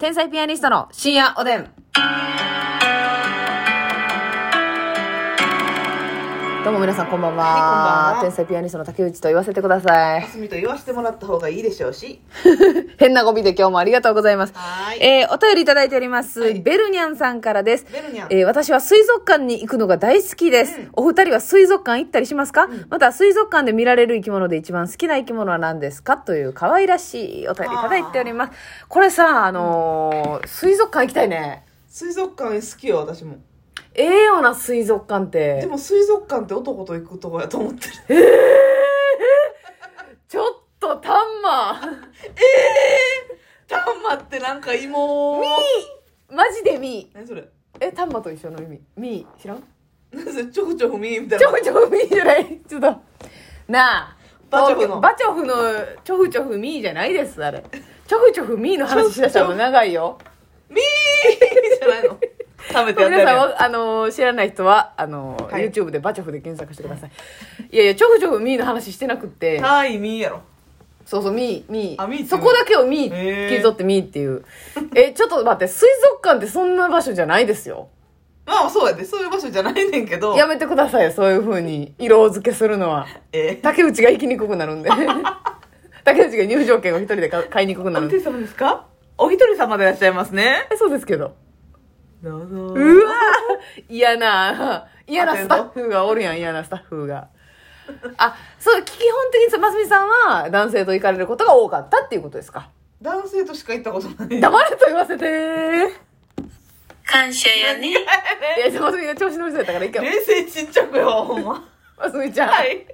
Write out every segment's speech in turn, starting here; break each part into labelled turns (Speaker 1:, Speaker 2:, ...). Speaker 1: 天才ピアニストの深夜おでん。どうも皆さんこんばんは。
Speaker 2: はいこんばんは
Speaker 1: 天才ピアニストの竹内と言わせてくださ い
Speaker 2: か。すみと言わせてもらった方がいいでしょうし。
Speaker 1: 変なゴミで今日もありがとうございます。
Speaker 2: はーい
Speaker 1: えーお便りいただいております、
Speaker 2: はい
Speaker 1: ベルニャンさんからです。
Speaker 2: ベルニャン
Speaker 1: えー私は水族館に行くのが大好きです。
Speaker 2: うん
Speaker 1: お二人は水族館行ったりしますか、また水族館で見られる生き物で一番好きな生き物は何ですかという可愛らしいお便りいただいております。これさ、あのー水族館行きたいね。
Speaker 2: 水族館好きよ、私も。
Speaker 1: ええよな、水族館っ
Speaker 2: で
Speaker 1: て。
Speaker 2: も水族館って男と行くとこやと思ってる。
Speaker 1: ちょっと、タンマ。
Speaker 2: タンマってなんか芋。
Speaker 1: マジでミ
Speaker 2: 何それ
Speaker 1: ー。え、タンマと一緒の意味。ミー、知らん
Speaker 2: 何それちょこちょこ見えみたい
Speaker 1: ち
Speaker 2: な
Speaker 1: ょ。ふちょふみーじゃない。ちょっと。なあ。
Speaker 2: バチョフの
Speaker 1: バチョフのちょふちょふみーじゃないです、あれ。ちょふちょふみーの話しだしたら長いよ。
Speaker 2: みーじゃないの。食べてやった
Speaker 1: 皆さん
Speaker 2: やん
Speaker 1: は、あのー知らない人は、あのー
Speaker 2: はい
Speaker 1: YouTube でバチョフで検索してください。いやいや、ちょふちょふみーの話してなくって、
Speaker 2: はい、みーやろ。
Speaker 1: そうそう、みー、み
Speaker 2: あみーっ
Speaker 1: ー。
Speaker 2: て言う
Speaker 1: そこだけをみー、
Speaker 2: へー
Speaker 1: 切り取ってみーっていう。え、ちょっと待って、水族館ってそんな場所じゃないですよ。
Speaker 2: まあそうやで、そういう場所じゃないねんけど。
Speaker 1: やめてください、そういう風に色付けするのは。
Speaker 2: え
Speaker 1: 竹内が行きにくくなるん で竹内が入場券を一人で買う買いにくく
Speaker 2: ー、
Speaker 1: な
Speaker 2: お
Speaker 1: るん
Speaker 2: 一
Speaker 1: で
Speaker 2: 人様ですかお一人様でいらっしゃいますね。
Speaker 1: えそうですけど
Speaker 2: どうぞ。
Speaker 1: うわ嫌な嫌なスタッフがおるやん嫌なスタッフがあそう基本的にさますみさんは男性と行かれることが多かったっていうことですか
Speaker 2: 男性としか行ったことない。
Speaker 1: 黙れと言わせてー
Speaker 3: 感謝や ね。
Speaker 1: いやますみが調子乗りそうやったから一回
Speaker 2: 冷静沈着よ、ほんま。
Speaker 1: ますみちゃん、
Speaker 2: はい。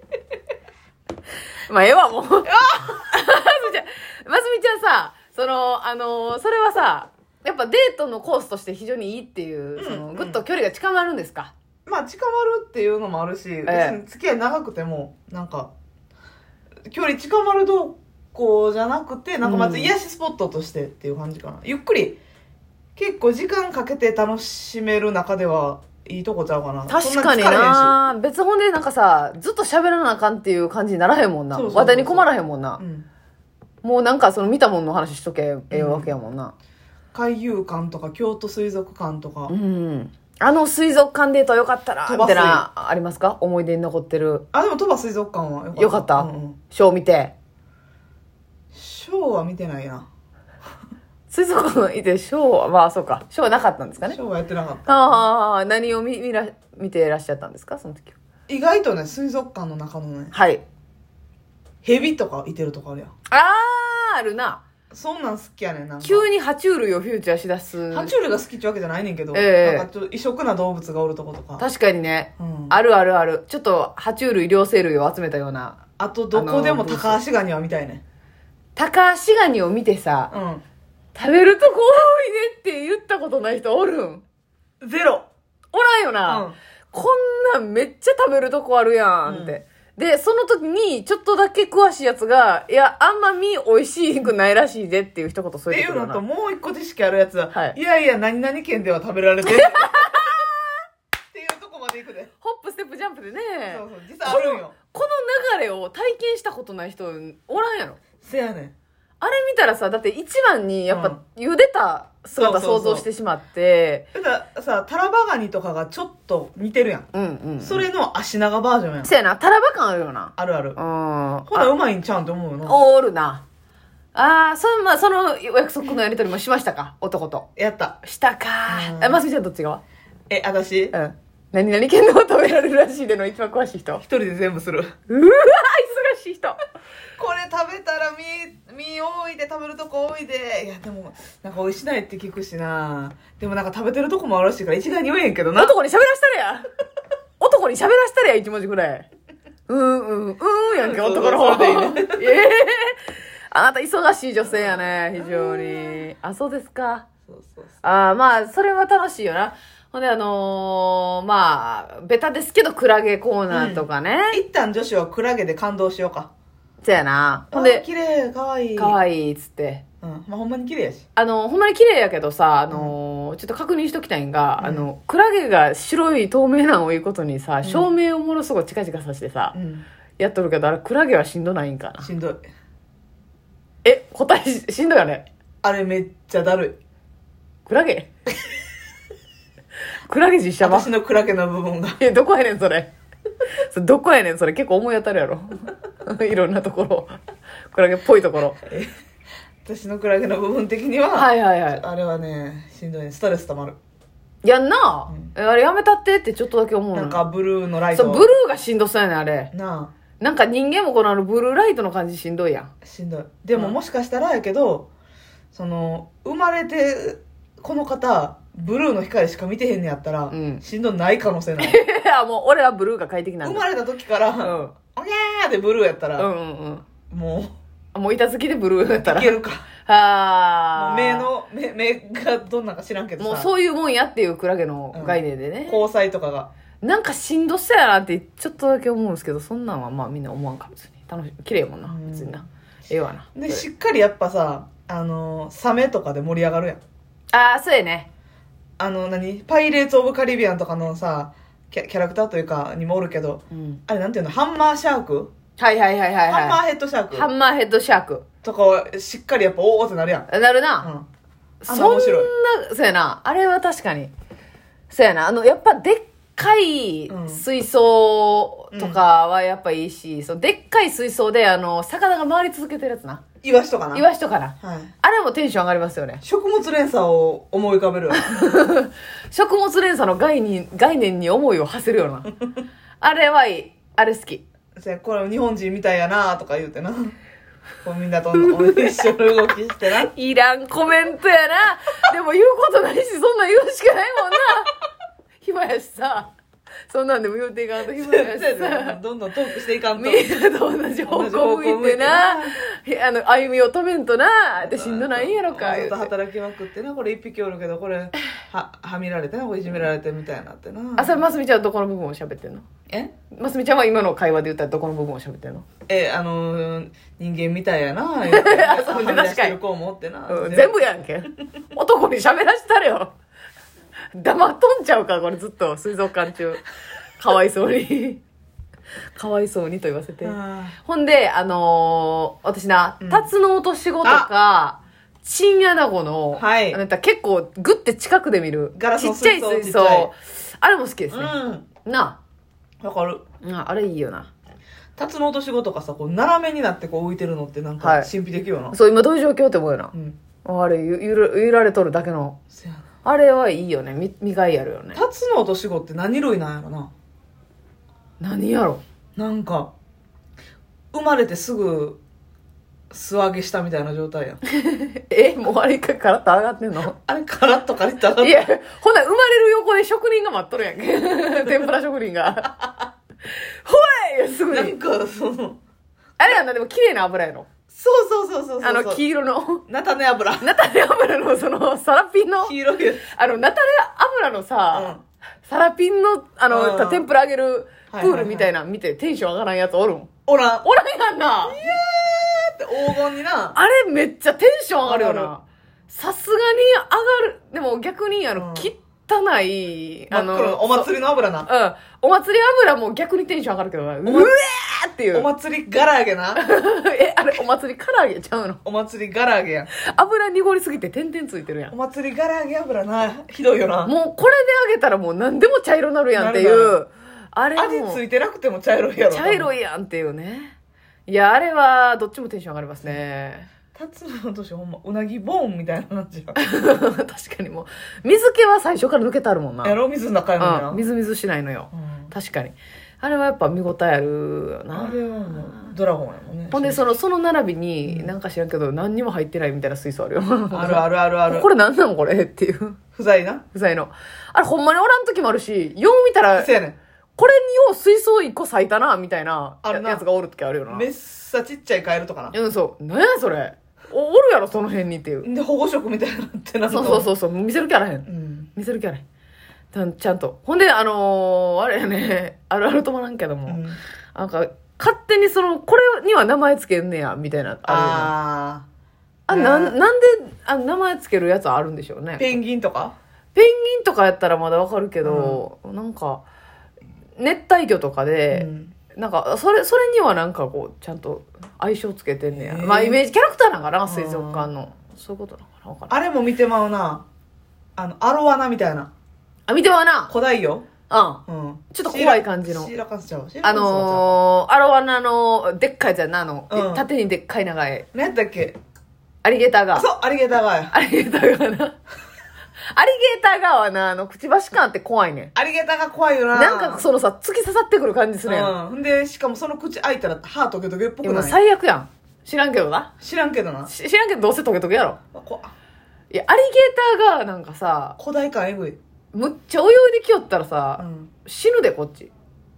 Speaker 1: まあええわもうますみちゃんますみちゃんさそのあのそれはさやっぱデートのコースとして非常にいいっていう、その
Speaker 2: うん
Speaker 1: ぐっと距離が近まるんですか、
Speaker 2: まあ近まるっていうのもあるし、
Speaker 1: え
Speaker 2: 別に付き合い長くてもなんか距離近まるどうこうじゃなくてなんかま
Speaker 1: う
Speaker 2: ず
Speaker 1: ん
Speaker 2: 癒しスポットとしてっていう感じかな、ゆっくり結構時間かけて楽しめる中ではいいとこちゃうかな
Speaker 1: 確かに
Speaker 2: そんな
Speaker 1: な別本でなんかさずっと喋らなあかんっていう感じにならへんもんな
Speaker 2: そうそうそう
Speaker 1: 話題に困らへんもんな
Speaker 2: 疲れへんし、うん、
Speaker 1: もうなんかその見たもんの話しとけええわけやもんな
Speaker 2: 海遊館とか京都水族館とか、
Speaker 1: うん、あの水族館デートよかったな
Speaker 2: 飛
Speaker 1: み
Speaker 2: ば
Speaker 1: た
Speaker 2: す
Speaker 1: いなありますか思い出に残ってる
Speaker 2: あでも鳥羽水族館はよかった
Speaker 1: よかった
Speaker 2: うんうん
Speaker 1: ショー見て
Speaker 2: ショーは見てないな
Speaker 1: 水族館いてショーはまあそうかショーはなかったんですかね
Speaker 2: ショーはやってなかった
Speaker 1: ああ何を見見ら見てらっしゃったんですかその時は
Speaker 2: 意外とね水族館の中のね
Speaker 1: はい
Speaker 2: 蛇とかいてるとかあるやん
Speaker 1: あああるな
Speaker 2: そんなん好きやねんなんか
Speaker 1: 急に爬虫類をフューチャーしだす
Speaker 2: 爬虫類が好きってわけじゃないねんけど、
Speaker 1: ええ
Speaker 2: なんかちょっと異色な動物がおるとことか。
Speaker 1: 確かにね
Speaker 2: うん、あ
Speaker 1: あるあるある。ちょっと、爬虫類、両生類を集めたような。
Speaker 2: とどこでも
Speaker 1: あのブース
Speaker 2: 高足ガニは見たいね。
Speaker 1: タカアシガニを見てさ、
Speaker 2: う
Speaker 1: 食べると怖いねって言ったことない人おるん
Speaker 2: ん。ゼロ。
Speaker 1: おらんよ
Speaker 2: う
Speaker 1: な、
Speaker 2: ん。
Speaker 1: こんなんめっちゃ食べるとこあるやんって。で、その時に、ちょっとだけ詳しいやつが、いや、あんま身美味しくないらしいでっていう一言
Speaker 2: っ
Speaker 1: 添え
Speaker 2: て
Speaker 1: てく
Speaker 2: い
Speaker 1: る
Speaker 2: う
Speaker 1: よ
Speaker 2: のと、
Speaker 1: な。
Speaker 2: もう一個知識あるやつは、
Speaker 1: はい
Speaker 2: い、やいや、何々県では食べられて る。っていうとこまで行くで。
Speaker 1: ホップ、ステップ、ジャンプでね。
Speaker 2: そうそう、実際あるんよ。
Speaker 1: この流れを体験したことない人おらんやろ。
Speaker 2: せやねん。
Speaker 1: あれ見たらさ、だって一番にやっ
Speaker 2: うん
Speaker 1: ぱ茹でた姿
Speaker 2: そうそ
Speaker 1: 想
Speaker 2: うそう
Speaker 1: 像してしまって、
Speaker 2: だからさ、タラバガニとかがちょっと似てるやん。
Speaker 1: うんうんうん。
Speaker 2: それの足長バージョンやん。
Speaker 1: せやな、タラバ感あるよな。
Speaker 2: あるある
Speaker 1: う。ん。
Speaker 2: ほら、うまいんちゃうんって思うよな。
Speaker 1: おるな。ああ、その、まあ、その約束のやりとりもしましたか男と。
Speaker 2: やった。
Speaker 1: したか
Speaker 2: うん
Speaker 1: あ、ますみちゃんどっち側
Speaker 2: え、私、一
Speaker 1: うん。何々県の食べられるらしいでの一番詳しい人。
Speaker 2: 人で全部する。
Speaker 1: うわー忙しい人。
Speaker 2: これ食べたら身身多いで食べるとこ多いでいやでもなんか美味しないって聞くしなでもなんか食べてるとこもあるらしいから一概に言えへんけどな
Speaker 1: 男に喋らしたらや。男に喋らしたらや、一文字ぐらい。うんうん、うんやんけ、
Speaker 2: そうそう
Speaker 1: 男の方
Speaker 2: それでいい
Speaker 1: ええあなた忙しい女性やね、非常に。あ、そうですか。
Speaker 2: そうそうそ
Speaker 1: ああ、まあ、それは楽しいよな。ほんで、あのーまあ、ベタですけど、クラゲコーナーとかね。
Speaker 2: う一旦女子はクラゲで感動しようか
Speaker 1: そうやな。ほんで、
Speaker 2: 綺麗かわいい
Speaker 1: か
Speaker 2: い
Speaker 1: わいいっつって。
Speaker 2: うんまあほんまに綺麗やし
Speaker 1: あの、ほんまに綺麗やけどさ、あのーちょっと確認しときたいんが、
Speaker 2: うん
Speaker 1: あの、クラゲが白い透明なんを言うことにさ、照明をものすごい近々さしてさ、
Speaker 2: うん
Speaker 1: やっとるけど、あれ、クラゲはしんどないんかな。
Speaker 2: しんどい
Speaker 1: え、答えししんどいよね。
Speaker 2: あれめっちゃだる
Speaker 1: クラ ゲクラゲ実写版
Speaker 2: 私のクラゲの部分が。
Speaker 1: えどこやねんそれそれどこやねんそれ結構思い当たるやろ いろんなところクラゲっぽいところ
Speaker 2: 私のクラゲの部分的には、
Speaker 1: はいはいはい
Speaker 2: あれはね、しんどいね。ストレス溜まる。
Speaker 1: やんな、えあれやめたってってちょっとだけ思うの
Speaker 2: なんかブルーのライト。
Speaker 1: そうブルーがしんどそうやねんあれ
Speaker 2: な
Speaker 1: なんか人間もこのあのブルーライトの感じしんどいやん
Speaker 2: あ、しんどい。でも
Speaker 1: うん
Speaker 2: もしかしたらやけど、その、生まれて、この方、ブルーの光しか見てへんねやったら、
Speaker 1: うん
Speaker 2: しんどない可能性ない。
Speaker 1: いやもう俺はブルーが快 適な
Speaker 2: 生
Speaker 1: んだ
Speaker 2: まれた時から、お
Speaker 1: う
Speaker 2: にゃ
Speaker 1: ん
Speaker 2: ーってブルーやった
Speaker 1: う
Speaker 2: ら、
Speaker 1: んうんうん
Speaker 2: も
Speaker 1: あもう板付きでブルーだった
Speaker 2: う、
Speaker 1: ら
Speaker 2: いけるか。
Speaker 1: あ
Speaker 2: も
Speaker 1: あ
Speaker 2: う目の、目、目がどんなんか知らんけどさ。
Speaker 1: もうそういうもんやっていうクラゲの概念でね、
Speaker 2: 交際とかが。
Speaker 1: なんかしんどそうやなってちょっとだけ思うんですけどそんなんはまあみんな思わんか別に楽しい綺麗やもんな
Speaker 2: うん
Speaker 1: 別になええわな
Speaker 2: で、しっかりやっぱさ、あのー、サメとかで盛り上がるやん。
Speaker 1: ああそうやね
Speaker 2: あの、何パイレーツ・オブ・カリビアンとかのさ、キャキャラクターというか、にもおるけど、
Speaker 1: うん
Speaker 2: あれなんていうのハンマーシャーク、
Speaker 1: はいはいはいはい
Speaker 2: ハンマー
Speaker 1: は
Speaker 2: ヘッドシャー
Speaker 1: いハ
Speaker 2: ク
Speaker 1: ンマーヘッドシャーク
Speaker 2: とかはしっかりやっぱ、おおってなるやん。
Speaker 1: なる
Speaker 2: う
Speaker 1: な、
Speaker 2: ん。
Speaker 1: そ
Speaker 2: あ
Speaker 1: ん
Speaker 2: の
Speaker 1: な
Speaker 2: 面白い
Speaker 1: そうやなあれは確かにそうやなあのやっぱでっかい
Speaker 2: うん
Speaker 1: 水槽とかはやっぱいいし、そのでっかい水槽であの魚が回り続けてるやつな
Speaker 2: イワシとかな。
Speaker 1: イワシとかな
Speaker 2: はい。
Speaker 1: あれもテンション上がりますよね
Speaker 2: 食物連鎖を思い浮かべるよね。
Speaker 1: 食物連鎖の概念概念に思いを馳せるよう なあれはいいあれ好き
Speaker 2: せやこれ日本人みたいやなとか言うてな。こうみんなと一緒の動きしてな。
Speaker 1: いらんコメントやなでも言うことないしそんなん言うしかないもん な暇やしさそんなんでも言うていかんと暇やしさ
Speaker 2: どんどんトークしていかんと。
Speaker 1: みんなと同じ方向向いてなあの歩みを止めんとなってしんどないんやろか
Speaker 2: ず
Speaker 1: 言
Speaker 2: っ
Speaker 1: う
Speaker 2: と
Speaker 1: て
Speaker 2: 働きまくってなこれ一匹おるけどこれははみられてなこれいじめられてみたいになってな
Speaker 1: あそれますみちゃんはどこの部分を喋ってんの
Speaker 2: え
Speaker 1: ますみちゃんは今の会話で言ったらどこの部分を喋ってんの、
Speaker 2: えあのー人間みたい やな言うて
Speaker 1: そうね
Speaker 2: はみ出してる子もおってな、
Speaker 1: うん全部やんけん男に喋らしたれよ黙っとんちゃうかこれずっと水族館中かわいそうにかわいそうにと言わせて
Speaker 2: あ
Speaker 1: ほんであのー私な
Speaker 2: うん
Speaker 1: タツノオトシゴとかチンアナゴの、
Speaker 2: はい
Speaker 1: あなた結構グッて近くで見る
Speaker 2: ガラス
Speaker 1: ち
Speaker 2: の
Speaker 1: っちゃい
Speaker 2: 水槽
Speaker 1: 水
Speaker 2: ちっちゃい
Speaker 1: 槽あれも好きです
Speaker 2: ー
Speaker 1: ね、
Speaker 2: うん
Speaker 1: な
Speaker 2: わかる
Speaker 1: あなああれいいよな
Speaker 2: タツノオトシゴとかさこう斜めになってこう浮いてるのってなんか
Speaker 1: はい
Speaker 2: 神秘的よな、
Speaker 1: そう今どういう状況って思うよな
Speaker 2: うん
Speaker 1: あれゆゆらゆられとるだけの
Speaker 2: せやな
Speaker 1: あれはいいよねみ見がいあるよね
Speaker 2: タツノオトシゴって何類なんやろな
Speaker 1: 何やろ
Speaker 2: なんか生まれてすぐ素揚げしたみたいな 状態やん
Speaker 1: えもうあれ一回カラッと上がってんの
Speaker 2: あれカラッとカリッと上がっ
Speaker 1: い
Speaker 2: て
Speaker 1: やほんなら生まれる横で職人が待っとるやん け天ぷら職人が ほえすぐ
Speaker 2: なん
Speaker 1: に
Speaker 2: かその
Speaker 1: あれやんなでも綺麗な油やろ
Speaker 2: そうそうそうそうそう
Speaker 1: あの黄色の
Speaker 2: 菜種油
Speaker 1: 菜種油のそのサラピンの
Speaker 2: 黄色いやつ
Speaker 1: あの菜種油のさ、
Speaker 2: う
Speaker 1: サラピンのあの、
Speaker 2: うん
Speaker 1: 天ぷら揚げるプ
Speaker 2: はいはいはい
Speaker 1: ールみたいなの見てテンション上がらんやつおるもん
Speaker 2: おらんおっ
Speaker 1: おらんやんな
Speaker 2: て黄金にな
Speaker 1: あれめっちゃテンション上がるよ
Speaker 2: 上がる
Speaker 1: なさすがに上がるでも逆にあの、
Speaker 2: うん
Speaker 1: 汚いあ
Speaker 2: 真っ黒の
Speaker 1: の
Speaker 2: お祭りの油な
Speaker 1: うん。お祭り油も逆にテンション上がるけどな。うえーっていう。
Speaker 2: お祭りガラ揚げな
Speaker 1: え、あれ、お祭り唐揚げちゃうの
Speaker 2: お祭りガラ揚げや
Speaker 1: 油濁りすぎて点々ついてるや
Speaker 2: お
Speaker 1: ん。
Speaker 2: 祭りガラ揚げ油なひどいよな
Speaker 1: もうこれで揚げたらもう何でも茶色なるやんってい
Speaker 2: なる
Speaker 1: う。あれ
Speaker 2: 味
Speaker 1: も
Speaker 2: ついてなくても茶色いやろ
Speaker 1: 茶色
Speaker 2: い
Speaker 1: いやんっていうね。いや、あれはどっちもテンション上がりますね。
Speaker 2: タツノオトシほんまうなぎボーンみたいな感じや
Speaker 1: 確かにもう。水気は最初から抜けてあるもんな。
Speaker 2: やろ水の中やのにな
Speaker 1: うん。みずみずしないのよ
Speaker 2: う。ん
Speaker 1: 確かに。あれはやっぱ見応えあるよな。
Speaker 2: あれはもうドラゴンやもんね
Speaker 1: ほんでそのその並びに
Speaker 2: うん
Speaker 1: なんか知らんけど何にも入ってないみたいな水槽あるよ
Speaker 2: あるあるあるあ る
Speaker 1: これ何なんこれっていう
Speaker 2: 不在な
Speaker 1: 不在のあれほんまにおらん時もあるしよう見たら
Speaker 2: せやねん
Speaker 1: これによう水槽1個咲いたなみたいな
Speaker 2: あるな
Speaker 1: やつがおる時あるよな
Speaker 2: めっさちっちゃいカエルとかな
Speaker 1: うんそう何やそれおおるやろその辺にっていう
Speaker 2: で保護色みたいになってなる
Speaker 1: そ
Speaker 2: と
Speaker 1: うそうそうそう見せる気あらへん
Speaker 2: うん
Speaker 1: 見せる気あらへんちゃんちゃんとほんであのーあれやね あるあるともなんけども、
Speaker 2: うん
Speaker 1: なんか勝手にそのこれには名前つけんねやみたいなあるよな
Speaker 2: あ
Speaker 1: あ、
Speaker 2: ね
Speaker 1: なん、なんで、あ、名前つけるやつあるんでしょうね。
Speaker 2: ー
Speaker 1: ペンギ
Speaker 2: ペンギンとか
Speaker 1: ンとかやったらまだわかるけど、なんか、熱帯魚とかで、なんか、それ、それにはなんかこう、ちゃんと相性つけてんねや。
Speaker 2: へー
Speaker 1: まあ、イメージキャラクターなんかな、水族館の。そういうことなのかなわからん
Speaker 2: あれも見てまうなあの、アロワナみたいな。
Speaker 1: あ、見てはな。
Speaker 2: 古代よ。
Speaker 1: う
Speaker 2: うん。
Speaker 1: ちょっと怖い感じの
Speaker 2: シーラカンスちゃう。シー
Speaker 1: ん。あ
Speaker 2: ラカンスはちゃう
Speaker 1: のー、アロワナの、でっかいやつやな、あの、
Speaker 2: うん
Speaker 1: 縦にでっかい長い。
Speaker 2: 何やったっけ
Speaker 1: アリゲーターが。
Speaker 2: そう、アリゲーターガーや。
Speaker 1: アリゲータ ーがな。アリゲーターがはな、あの、くちばし感って怖いね。
Speaker 2: アリゲーターが怖いよな。
Speaker 1: なんかそのさ、突き刺さってくる感じするやん。
Speaker 2: うん。ほんで、しかもその口開いたら歯トゲトゲっぽ
Speaker 1: い
Speaker 2: く
Speaker 1: やもう
Speaker 2: ない
Speaker 1: 最悪やん。知らんけどな。
Speaker 2: 知らんけどな。
Speaker 1: し知らんけどどうせトゲトゲやろ。
Speaker 2: こ
Speaker 1: いや、アリゲーターがなんかさ、
Speaker 2: 古代感エグい。
Speaker 1: むっちゃ泳いできよったらさ、
Speaker 2: うん。
Speaker 1: 死ぬでこっち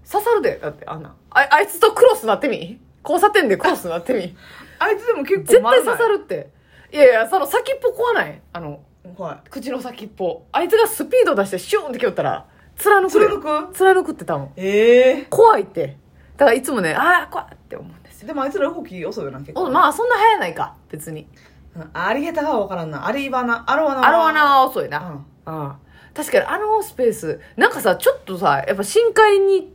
Speaker 1: 刺さるでだってあんなんああいつとクロスなってみ交差点でクロスなって み
Speaker 2: あいつでも結構
Speaker 1: 絶対
Speaker 2: 丸な
Speaker 1: 刺
Speaker 2: い
Speaker 1: さ。るっていやいやその先っぽ怖ないあの
Speaker 2: はい。
Speaker 1: 口の先っぽあいつがスピード出してシューンってきよったら貫くで
Speaker 2: 貫く
Speaker 1: 貫くって多分
Speaker 2: ええ
Speaker 1: 怖いってだからいつもねああ怖いって思うんですよ
Speaker 2: でもあいつら動き遅いよな、結
Speaker 1: お
Speaker 2: 構。
Speaker 1: まあそんな早ないか別に
Speaker 2: うんアリゲーターガーはわからんな。アリバナ、アロワナは
Speaker 1: アロアナは遅いな、
Speaker 2: うん。
Speaker 1: うん、確かにあのスペースなんかさちょっとさやっぱ深海に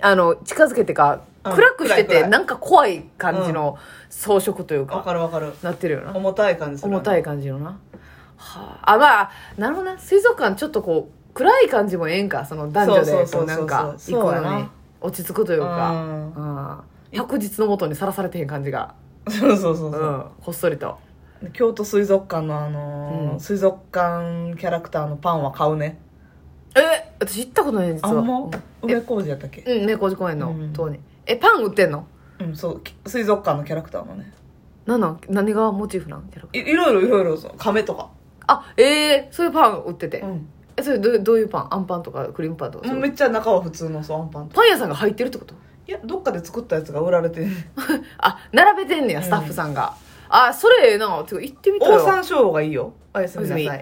Speaker 1: あの近づけてか、
Speaker 2: うん
Speaker 1: 暗くして
Speaker 2: 暗い暗
Speaker 1: て
Speaker 2: い
Speaker 1: なんか怖い感じの装飾という
Speaker 2: わ
Speaker 1: か、
Speaker 2: かるわかる。
Speaker 1: なってるよな
Speaker 2: 重たい感じする。
Speaker 1: 重たい感じのな、はあ、あまあなるほどな水族館ちょっとこう暗い感じもええんかその男女
Speaker 2: そう
Speaker 1: で
Speaker 2: そ
Speaker 1: こ
Speaker 2: うそうそ
Speaker 1: うな
Speaker 2: う
Speaker 1: んか
Speaker 2: そ
Speaker 1: 行
Speaker 2: う
Speaker 1: く
Speaker 2: やな
Speaker 1: のに落ち着くというか、
Speaker 2: うん
Speaker 1: うん、白日のもとにさらされてへん感じが、、
Speaker 2: そうそうそううん そう、
Speaker 1: こっそりと
Speaker 2: 京都水族館のあのー
Speaker 1: うん
Speaker 2: 水族館キャラクターのパンは買うね。
Speaker 1: え私行ったことないんです
Speaker 2: あ
Speaker 1: よ
Speaker 2: んま梅小路やったっけ
Speaker 1: うん猫寺公園の
Speaker 2: うん
Speaker 1: 塔に、えパン売ってんの
Speaker 2: うん、そう、き水族館のキャラクターのね。
Speaker 1: なんなん何がモチーフなんキャラクター
Speaker 2: いいろいろいろいろそう、亀とか。
Speaker 1: あええそういうパン売ってて、
Speaker 2: うん。
Speaker 1: えそれどうどういうパンあんパンとかクリームパンとか
Speaker 2: も
Speaker 1: そうう
Speaker 2: めっちゃ中は普通のそう、アンパンと。
Speaker 1: パン屋さんが入ってるってこと
Speaker 2: いや、どっかで作ったやつが売られてる。
Speaker 1: あ並べてんねやスタッフさんが、あそれええなてか行ってみた
Speaker 2: オオ
Speaker 1: よ
Speaker 2: サンショウウオがいいよ。おやすみな
Speaker 1: おや
Speaker 2: さ
Speaker 1: す
Speaker 2: い。